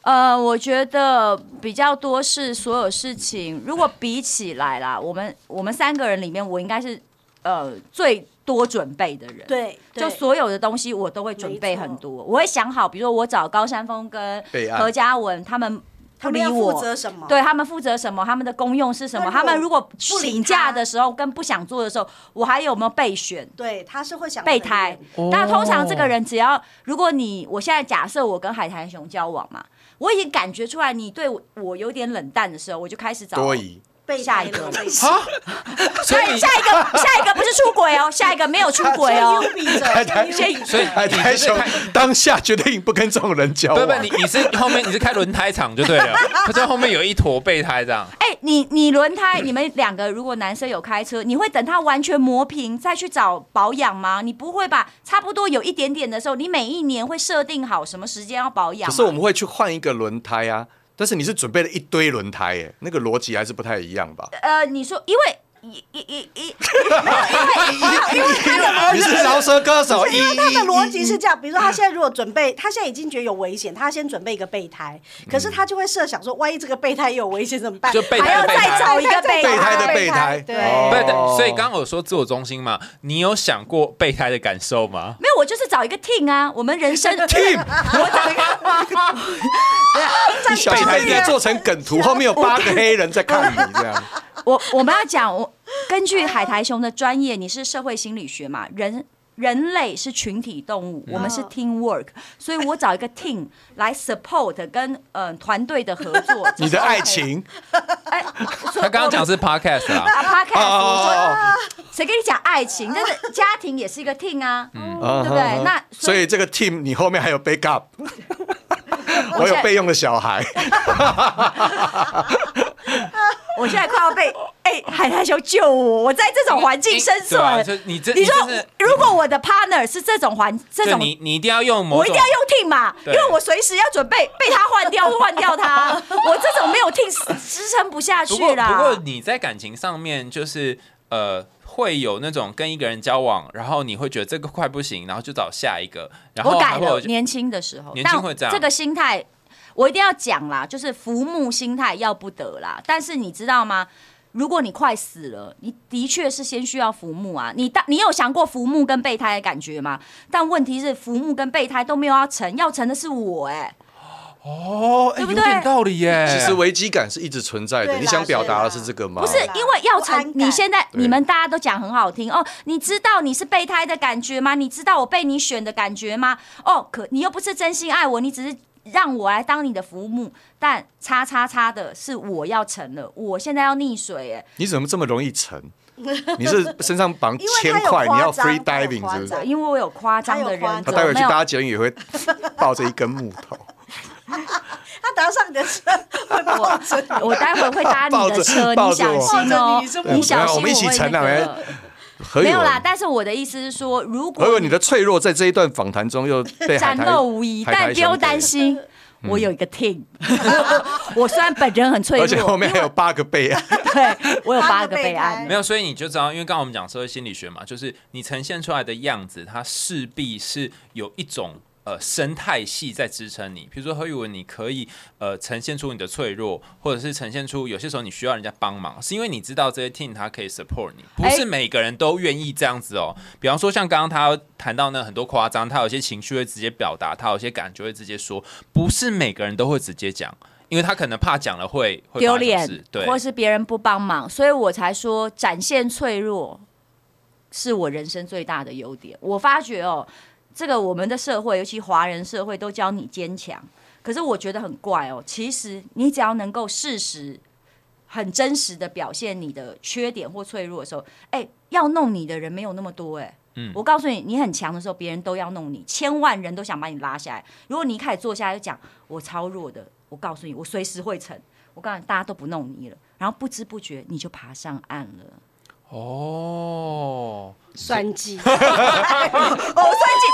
A: 呃，我觉得比较多是所有事情，如果比起来啦，我们我们三个人里面，我应该是呃最多准备的人。。
B: 对，
A: 就
B: 对
A: 所有的东西我都会准备很多，我会想好，比如说我找高山峰跟
D: 备案
A: 何嘉文他们不
B: 他们
A: 理
B: 要
A: 我，
B: 负责什么？
A: 对他们负责什么，他们的功用是什么，
B: 那如
A: 他
B: 果
A: 们如果
B: 不理
A: 请
B: 他
A: 假的时候跟不想做的时候，我还有没有备选？
B: 对，他是会想
A: 备
B: 很
A: 胎
B: 远。
D: 哦
A: 那通常这个人只要，如果你我现在假设我跟海苔熊交往嘛，我已经感觉出来你对我我有点冷淡的时候，我就开始找
D: 多疑。
B: 备
A: 下
B: 胎
A: 一个
B: 了备胎
E: 啊， 所以
A: 下一个 下一个不是出轨哦，下一个没有出轨 哦。
B: 先 U 比着，
D: 海苔
B: 先 U 比
E: 所以
B: 着
D: 海苔熊当下决定不跟这种人交
E: 不
D: 往
E: 不，。你你是后面你是开轮胎厂就对了，他在后面有一坨备胎这样。
A: 哎、你你轮胎，你们两个如果男生有开车，你会等它完全磨平再去找保养吗？你不会吧？差不多有一点点的时候，你每一年会设定好什么时间要保养
D: 可
A: 吗？
D: 是我们会去换一个轮胎啊，但是你是准备了一堆轮胎，哎，那个逻辑还是不太一样吧？
A: 呃，你说，因为一一一一，因为他的
D: 你是饶舌歌手，
B: 因为他的
D: 一
B: 逻辑是这样，比如说他现在如果准备，他现在已经觉得有危险，他先准备一个备胎，可是他就会设想说，万一这个备胎有危险怎么办？
E: 就备
A: 还
E: 胎
A: 要
E: 的备
A: 再
E: 胎。
A: 找一个备
D: 备胎的备胎，
B: 对
D: 哦
E: 对对，所以刚刚我说自我中心嘛，你有想过备胎的感受吗？
A: 没有，我就是找一个 team 啊，我们人生 team，我找一个，
D: 你小心被你做成梗图，后面有八个黑人在看你这样。
A: 我我们要讲，我根据海苔熊的专业，你是社会心理学嘛，人。人类是群体动物，我们是 team work，所以我找一个 team 来 support 跟呃团队的合作。
D: 你的爱情，
A: 哎，
E: 他刚刚讲是 podcast 啊，
A: 啊 podcast，我说
D: 哦
A: 谁跟你讲爱情？但是家庭也是一个 team 啊，
D: 哦
A: 对不对？那
D: 所
A: 所以
D: 以这个 team 你后面还有 backup，我
A: 现
D: 有
A: 在
D: 备用的小孩，
A: 我现在快要被哎海苔熊救我，我在这种环境生
E: 对啊就
A: 存。
E: 你这
A: 你说
E: 真是，
A: 如果我的 partner 是这种环这
E: 对
A: 种，
E: 你你一定要用某
A: 我一
E: 种
A: 定要用 team 嘛，因
E: 对
A: 为我随时要准备被他换掉，换掉 他。我这种没有 team 支撑不下
E: 不
A: 去
E: 过不过
A: 啦。
E: 你在感情上面就是呃。会有那种跟一个人交往，然后你会觉得这个快不行，然后就找下一个，然后
A: 我改
E: 还会有
A: 了，年轻的时候，
E: 年轻
A: 但
E: 会这样
A: 个心态我一定要讲啦，就是浮木心态要不得啦。但是你知道吗？如果你快死了，你的确是先需要浮木啊。你当你有想过浮木跟备胎的感觉吗？但问题是浮木跟备胎都没有要成，要成的是我哎、
E: 哦，哎
A: 对不
E: 有
A: 对
E: 点道理耶。
D: 其实危机感是一直存在的。
B: 对啦
D: 你想表达的是这个吗？
A: 不是
B: 啦
A: 因为要
B: 不安
A: 成，
B: 感
A: 你现在
D: 对
A: 你们大家都讲很好听哦，你知道你是备胎的感觉吗？你知道我被你选的感觉吗？哦，可你又不是真心爱我，你只是。让我来当你的浮木，但叉叉叉的是我要成了，我现在要溺水哎、
D: 你怎么这么容易 沉？你是身上绑
B: 因为他
D: 千
B: 有
D: 块，你要
B: 夸张
D: free
B: 他有
D: diving
B: 夸
D: 是不是
B: 张？
A: 因为我有夸张
B: 他
A: 的
B: 有夸
A: 人
D: 他
A: 格，
B: 张
D: 待会去
A: 没有
D: 搭捷运也会抱着一根木头，
B: 他搭上你的 车会抱着你，
A: 我待会会搭你
D: 抱着
A: 的车，
D: 抱
A: 你
D: 着
A: 小
D: 我
A: 心
B: 抱着
A: 哦
B: 你是，
D: 不是
A: 你小
D: 对
A: 心
D: 我们一起
A: 会
D: 成啊哎
A: 那个
D: 何
A: 没
D: 勇
A: 有啦。但是我的意思是说，如果
D: 何哎勇，你的脆弱在这一段访谈中又 被海
A: 展
D: 苔
A: 露无遗，
D: 海苔
A: 但不用
D: 兄给
A: 担 心。我有一个 team，我虽然本人很脆弱，
D: 嗯而且后面还有八个啊备 案。
A: 对我有八个备
B: 八个备
A: 案
B: 胎，
E: 没有，所以你就知道，因为刚刚我们讲社会心理学嘛，就是你呈现出来的样子，它势必是有一种呃生态系在支撑你。比如说何宇文，你可以呃呈现出你的脆弱，或者是呈现出有些时候你需要人家帮忙，是因为你知道这些 team 它可以 support 你，不
A: 哎
E: 是每个人都愿意这样子哦。比方说像刚刚他谈到那很多夸张，他有些情绪会直接表达，他有些感觉会直接说，不是每个人都会直接讲。因为他可能怕讲了会会
A: 丢
E: 发生
A: 脸
E: 事，对，
A: 或是别人不帮忙，所以我才说展现脆弱是我人生最大的优点。我发觉哦，这个我们的社会，尤其华人社会，都教你坚强，可是我觉得很怪哦。其实你只要能够适时、很真实的表现你的缺点或脆弱的时候，哎，要弄你的人没有那么多哎、
E: 嗯
A: 我告诉你，你很强的时候，别人都要弄你，千万人都想把你拉下来。如果你一开始坐下来就讲我超弱的，我告诉你，我随时会沉。我告诉你，大家都不弄你了，然后不知不觉你就爬上岸了。
E: 哦。
B: 算计。
A: 哦，算计，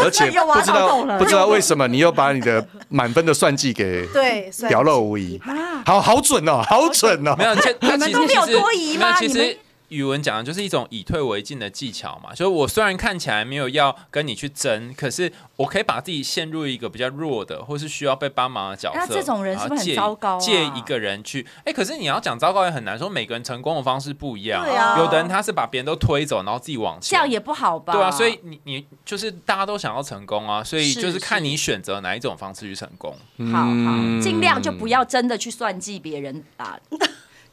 D: 而且
A: 又挖
D: 不知
A: 到
D: 道
A: 洞了
D: 不知道为什么你又把你的满分的算计 给
B: 对，算计
D: 表露无遗，
A: 啊
D: 好好准哦，好准哦
E: 没。有， 这他其
A: 都
E: 实
A: 没有
E: 其实
A: 多疑吗
E: 没有其
A: 你们
E: 实语文讲的就是一种以退为进的技巧嘛，就是我虽然看起来没有要跟你去争，可是我可以把自己陷入一个比较弱的，或是需要被帮忙的角色。
A: 那这种人是不是很糟糕啊
E: 然后借借一个人去，哎、可是你要讲糟糕也很难说，每个人成功的方式不一样。
B: 对啊
E: 有的人他是把别人都推走，然后自己往前。
A: 这样也不好吧？
E: 对啊，所以你你就是大家都想要成功啊，所以
A: 是
E: 就是看
A: 是
E: 你选择哪一种方式去成功。
A: 好好，尽量就不要真的去算计别人啊。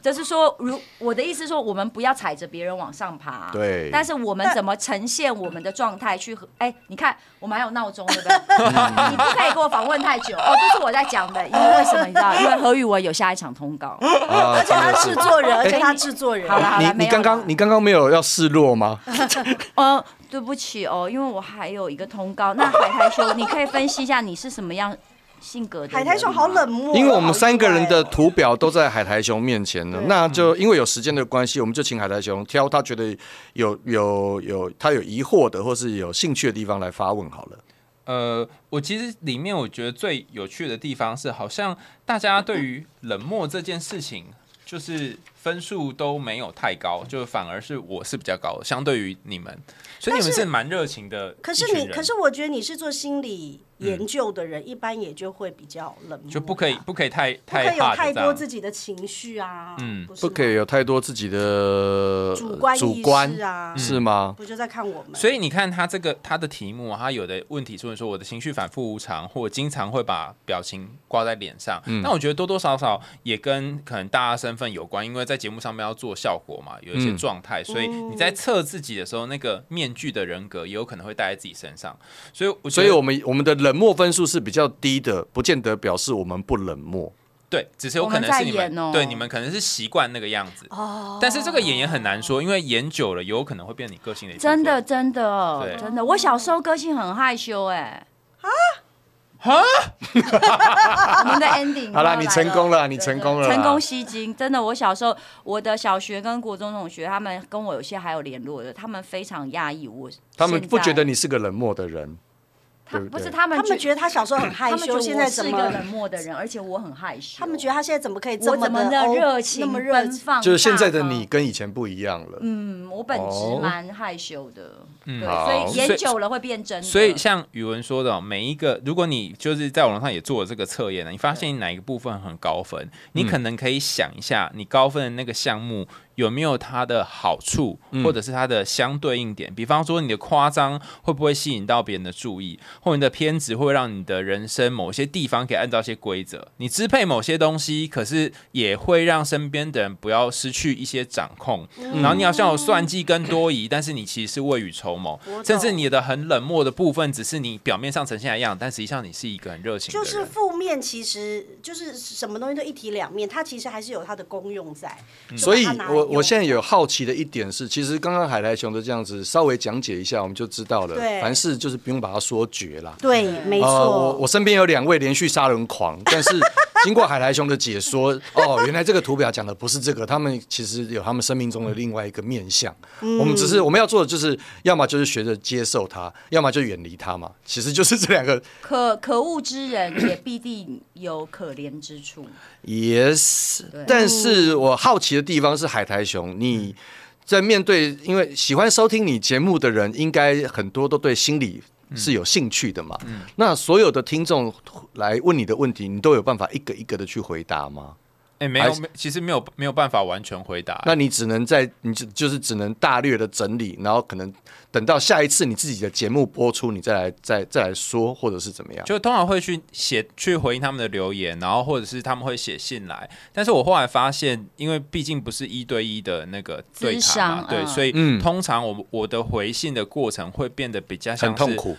A: 就是说，如我的意思是说，我们不要踩着别人往上爬、
D: 对
A: 但是我们怎么呈现我们的状态去和？哎、你看，我们还有闹钟，对不 对？你不可以给我访问太久哦，这是我在讲的，因为为什么你知道？因为何宇文有下一场通告。
D: 啊
B: 而且他制作人，而且
A: 哎
B: 他制作人，
A: 好啦好啦，
D: 你
A: 没
D: 你
A: 有
D: 刚
A: 啦
D: 刚你刚刚没有要示弱吗？
A: 呃，对不起哦，因为我还有一个通告。那海苔兄，你可以分析一下你是什么样性格的人吗？
B: 海苔熊好冷漠，
D: 因为我们三个人的
B: 好奇怪哦
D: 图表都在海苔熊面前呢，那就因为有时间的关系，我们就请海苔熊挑他觉得有有有他有疑惑的或是有兴趣的地方来发问好了。
E: 呃，我其实里面我觉得最有趣的地方是，好像大家对于冷漠这件事情，就是分数都没有太高，就反而是我是比较高的，相对于你们，所以你们是蛮热情的
B: 可
E: 一
B: 是
E: 群
B: 你，
E: 人
B: 可是我觉得你是做心理研究的人，一般也就会比较冷漠啊，
E: 就不可以不可以太
B: 不可
E: 太
B: 以有
E: hard
B: 太
E: 这
B: 多
E: 样
B: 自己的情绪啊，
E: 嗯
B: 是
D: 不
B: 吗
D: 可以有太多自己的
B: 主观
D: 主
B: 意
D: 观
B: 识啊，
D: 是吗？
B: 不就在看我们？
E: 所以你看他这个他的题目啊，他有的问题是问说我的情绪反复无常，或经常会把表情挂在脸上。
D: 嗯
E: 那我觉得多多少少也跟可能大家身份有关，因为在节目上面要做效果嘛，有一些
D: 嗯
E: 状态，所以你在测自己的时候，那个面具的人格也有可能会戴在自己身上。所以我觉
D: 所
E: 得，
D: 以我们我们的冷漠分数是比较低的，不见得表示我们不冷漠。
E: 对，只是有
A: 我
E: 可
A: 们
E: 能
A: 在
E: 是你们
A: 演哦
E: 对你们可能是习惯那个样子。
B: 哦，
E: 但是这个演也很难说，因为演久了有可能会变你个性的一部分。
A: 真的，真的
E: 对，
A: 真的，我小时候个性很害羞、哎。啊！ 我们的 ending
D: 好啦
A: 要来
D: 你成功了你
A: 对
D: 成功了啦
A: 成功吸睛。真的，我小时候，我的小学跟国中同学，他们跟我有些还有联络的，他们非常压抑我。
D: 他们不觉得
A: 你，
D: 你是个冷漠的人，
A: 他
D: 对不
A: 不是
D: 对
A: 他们
B: 他
A: 觉
B: 们觉得他小时候很害
A: 他们觉
B: 羞，
A: 得
B: 现
A: 我
B: 在
A: 是
B: 怎
A: 一个
B: 么？
A: 冷漠的人，而且我很害羞。
B: 他们觉得他现在怎么可以这
A: 我
B: 么
A: 怎么
B: 的
A: 的
B: 哦
A: 热情、
B: 那么热
A: 奔
B: 情？
A: 放，
D: 就是现在的
A: 大方
D: 你跟以前不一样了。
A: 嗯，我本质
D: 哦
A: 蛮害羞的，对，
D: 好
A: 所以
E: 嗯所
A: 演
E: 以
A: 久了会变真的。
E: 所以像宇文说的哦，每一个如果你就是在网络上也做了这个测验呢，你发现哪一个部分很高分，你可能可以想一下，你高分的那个项目有没有它的好处，或者是它的相对应点。比方说，你的夸张会不会吸引到别人的注意，或你的偏执会让你的人生某些地方给按照一些规则，你支配某些东西，可是也会让身边的人不要失去一些掌控。然后你好像有算计跟多疑，但是你其实是未雨绸缪
B: 我，懂
E: 甚至你的很冷漠的部分，只是你表面上呈现的样，但实际上你是一个很热情的
B: 就
E: 人。
B: 是负面，其实就是什么东西都一体两面，它其实还是有它的功用在。
D: 所以
B: 就把它拿来
D: 我
B: 用
D: 我现在有好奇的一点是，其实刚刚海来熊的这样子稍微讲解一下，我们就知道了。
B: 对
D: 凡事就是不用把它说绝啦。
B: 对，没
D: 呃，我
B: 错
D: 我，身边有两位连续杀人 狂，但是经过海来兄的解说，哦，原来这个图表讲的不是这个，他们其实有他们生命中的另外一个面相。
B: 嗯
D: 我们只是我们要做的就是，要么就是学着接受它，要么就远离它嘛。其实就是这两个。
A: 可可恶之人也必定有可怜之处。
D: Yes，
A: 对
D: 但是我好奇的地方是海苔
E: 嗯
D: 熊，你在面对，因为喜欢收听你节目的人，应该很多都对心理
E: 嗯
D: 是有兴趣的嘛。那所有的听众来问你的问题，你都有办法一个一个的去回答吗？
E: 哎、没
D: 还
E: 有，
D: 是
E: 没其实没有没有办法完全回答。
D: 那你只能在你就就是只能大略的整理，然后可能等到下一次你自己的节目播出，你再来再再来说，或者是怎么样？
E: 就通常会去写去回应他们的留言，然后或者是他们会写信来。但是我后来发现，因为毕竟不是一对一的那个对
A: 咨
E: 谈
A: 商
E: 嘛，对，
A: 嗯
E: 所以
D: 嗯
E: 通常我我的回信的过程会变得比较像
D: 很痛，
E: 是
D: 苦，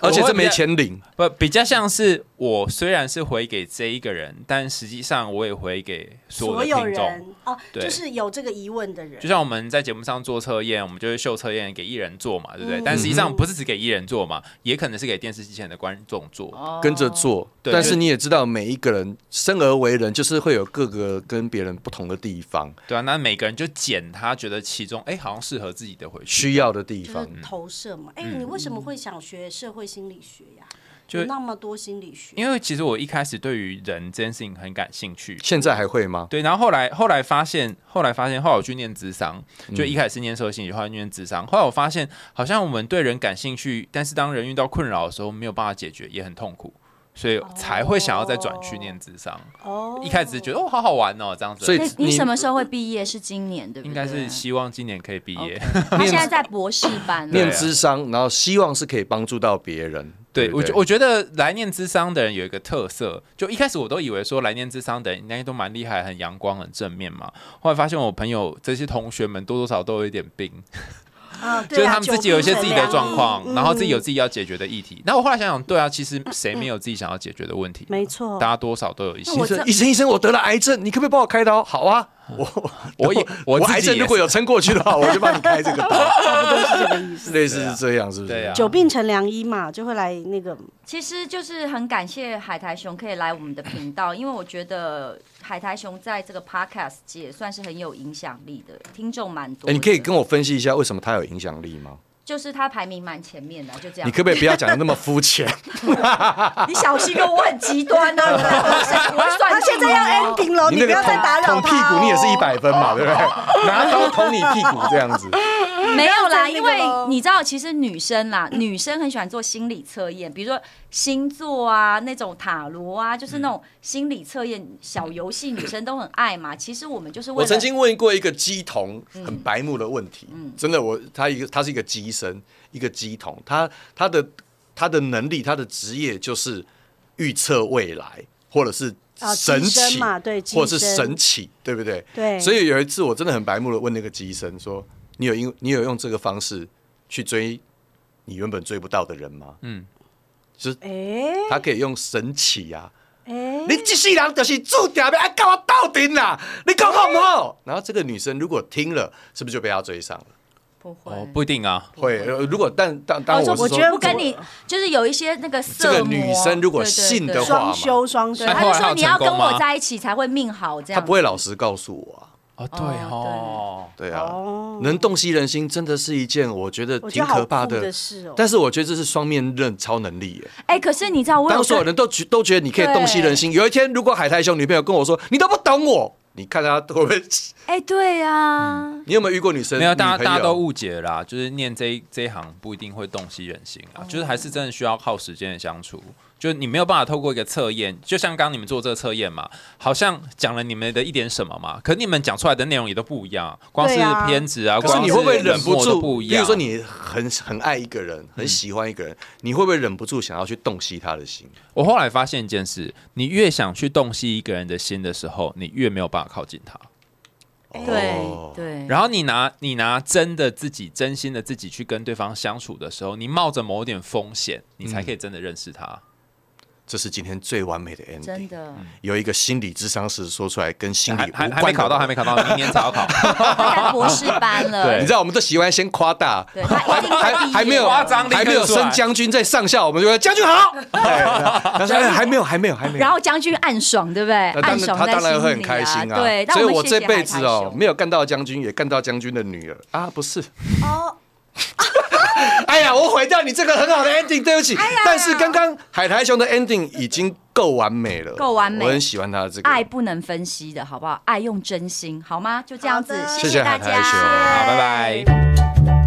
D: 而且这没钱领。
E: 不比较像是我虽然是回给这一个人，但实际上我也回给
B: 所
E: 所有的
B: 有
E: 听众。
B: 人哦，
E: 对
B: 就是有这个疑问的人
E: 就，像我们在节目上做测验，我们就会秀测验给艺人做嘛，对不对？
B: 嗯
E: 但实际上不是只给艺人做嘛，也可能是给电视机前的观众做。
B: 哦
D: 跟着做，
E: 对
D: 但
E: 就是
D: 你也知道，每一个人生而为人，就是会有各个跟别人不同的地方，
E: 对啊，那每个人就捡他觉得其中哎、好像适合自己的嗯回去。
D: 需要的地
B: 就是
D: 方。
B: 投射嘛。哎，你为什么会想学社会心理学呀？
E: 嗯就
B: 有那么多心理学，
E: 因为其实我一开始对于人这件事情很感兴趣，
D: 现在还会吗？
E: 对，然后后来后来发现，后来发现，后来我去念智商，就一开始是念社会心理，后来念智商，后来我发现，好像我们对人感兴趣，但是当人遇到困扰的时候，没有办法解决，也很痛苦，所以才会想要再转去念智商。
B: 哦
E: 一开始就觉得哦，好好玩哦，这样子。
D: 所以
A: 那
D: 你
A: 你什么时候会毕业？是今年对不对？
E: 应该是希望今年可以毕业。
A: 他现在在博士班
D: 念
A: 了。
D: 智商，然后希望是可以帮助到别人。
E: 对
D: 不
E: 我觉我觉得来念智商的人有一个特色，就一开始我都以为说来念智商的人应该都蛮厉害、很阳光、很正面嘛。后来发现我朋友这些同学们多多少少都有一点病，
B: 啊，
E: 就
B: 对
E: 是
B: 啊
E: 他们自己有一些自己的状。
B: 久病成良医
E: 况，
B: 嗯
E: 然后自己有自己要解决的议题。那我后来想想，对啊，其实谁没有自己想要解决的问题？
B: 没错
E: 大，家多少都有一些
A: 那。我
D: 医生
A: 这
D: 医生医生，我得了癌症，你可不可以帮我开刀？好啊，我
E: 我也
D: 我
E: 我自己
D: 癌症
E: 也
D: 如果有撑过去的 话，我就帮你开这个刀。类似是这样，是不是？
E: 对啊
B: 久病成良医嘛，就会来那个
A: 其实就是很感谢海苔熊可以来我们的频道，因为我觉得海苔熊在这个 podcast 界算是很有影响力的，听众蛮多的。
D: 哎哎，你可以跟我分析一下为什么他有影响力吗？
A: 就是他排名蛮前面的，就
E: 啊
A: 这样。
D: 你可不可以不要讲的那么肤浅？啊
A: 你小心哦，我很极端呢、啊，我会 算
B: 他
A: 计
B: 现
A: 你
B: 在要
A: 哦
B: ending 了，
D: 你
B: 你
D: 那
B: 不
D: 个
B: 要再打扰
D: 捅捅屁
B: 他
D: 股，
B: 哦
D: 你也是一百分嘛，对 不对？拿刀捅你屁股这样子，
A: 没有啦，
B: 不要再那个
A: 因为
B: 咯
A: 你知道，其实女生 啦，女生很喜欢做心理测验，比如说星座啊，那种塔罗啊，就是那种心理测验小游戏，女生都很爱嘛。其实我们就是为
D: 我
A: 了
D: 曾经问过一个鸡童
B: 嗯
D: 很白目的问题，真的我，他一个他是一个鸡生，一个鸡童，他他的他的能力，他的职业就是预测未来，或者是
B: 啊
D: 神
B: 鸡生
D: 奇
B: 嘛对鸡
D: 或者是
B: 生
D: 神奇，对不对？
B: 对
D: 所以有一次我真的很白目的问那个鸡生说：“你有因你有用这个方式去追你原本追不到的人吗？”嗯
E: 嗯，
D: 就是
B: 哎
D: 他可以用神奇呀、啊。
B: 哎，
D: 你这世人就是注定要爱跟我斗阵啦！你讲好不好？然后这个女生如果听了，是不是就被他追上了？
A: 不会。
E: 哦，不一定啊，
D: 会，呃如果但当当
A: 哦
D: 我
A: 就是
D: 说，
B: 我觉得
A: 不跟你，就是有一些那个色
D: 这个
A: 魔啊
D: 女生如果信的
A: 对对对
D: 话
B: 双休双休
A: 对，，他
E: 后
A: 就
D: 啊
E: 来她
A: 说
E: 有
A: 你要
E: 成功
A: 跟我
E: 吗
A: 在一起才会命好，这样
D: 她不会老实告诉我啊。
E: 哦对
A: 哦
E: 哦，
D: 对啊，
B: 哦
D: 能洞悉人心真的是一件我觉得
B: 我觉
D: 挺
B: 得好
D: 可怕
B: 酷
D: 的，
B: 的事哦。
D: 但是我觉得这是双面刃超能力耶。
A: 哎、可是你知道我有
D: 当所有
A: 跟
D: 人都觉都觉得你可以洞悉人心，有一天如果海苔兄女朋友跟我说你都不懂我，你看他会不会？
A: 哎、对啊呀、
D: 你有没有遇过女生？
E: 没有，大
D: 女
E: 家
D: 朋友
E: 大家都误解了啦，就是念这
D: 嗯
E: 一这一行不一定会洞悉人心
D: 哦
E: 啊，就是还是真的需要靠时间的相处。就是你没有办法透过一个测验，就像刚刚你们做这个测验嘛，好像讲了你们的一点什么嘛，可你们讲出来的内容也都不一样，光是
B: 对啊
E: 偏执啊，
D: 可是
E: 光
D: 你会不会忍
E: 冷
D: 不
E: 漠都
D: 住？
E: 不嗯一
D: 比
E: 样。啊
D: 如说你很很爱一个人，很喜欢一个人，你会不会忍不住想要去洞悉他的心？
E: 我后来发现一件事，你越想去洞悉一个人的心的时候，你越没有办法靠近他。
A: 哎对
D: 哦
A: 嗯对，
E: 然后你拿你拿真的自己、真心的自己去跟对方相处的时候，你冒着某点风险，
D: 嗯
E: 你才可以真的认识他。
D: 这是今天最完美的 ending。
A: 真的，
D: 有一个心理智商师说出来跟心理
E: 还
D: 无关
E: 还
D: 的
E: 还没考到，还没考到，明年 才要考。
A: 他在博士班了，
E: 对
D: 你知道，我们都喜欢先夸大，
A: 对他一定
D: 还
A: 会毕业
D: 还没有
E: 夸张地
D: 还没有
E: 看出来
D: 升将军在上校，我们就会将军好。但是还没有，还没有，还没有。
A: 然后将军暗爽，对不对？
D: 呃那当
A: 暗
D: 然，
A: 爽
D: 他
A: 在
D: 当
A: 心
D: 然会很
A: 里
D: 开心啊。
A: 对，那
D: 所以
A: 们
D: 我
A: 谢
D: 这
A: 谢
D: 辈
A: 海
D: 子
A: 苔
D: 哦，
A: 熊
D: 没有干到将军，也干到将军的女儿啊，不是。
B: 哦，
D: 哎呀，我毁掉你这个很好的 ending，对不
A: 哎
D: 起。但是刚刚海苔熊的 ending 已经够完美了，
A: 够完美
D: 我很喜欢他的这个。
A: 爱不能分析的好不好？爱用真心好吗？就这样
B: 好
A: 子，
B: 的
A: 谢
D: 谢谢
A: 大
D: 海苔
A: 家，
D: 熊
E: 好，拜拜。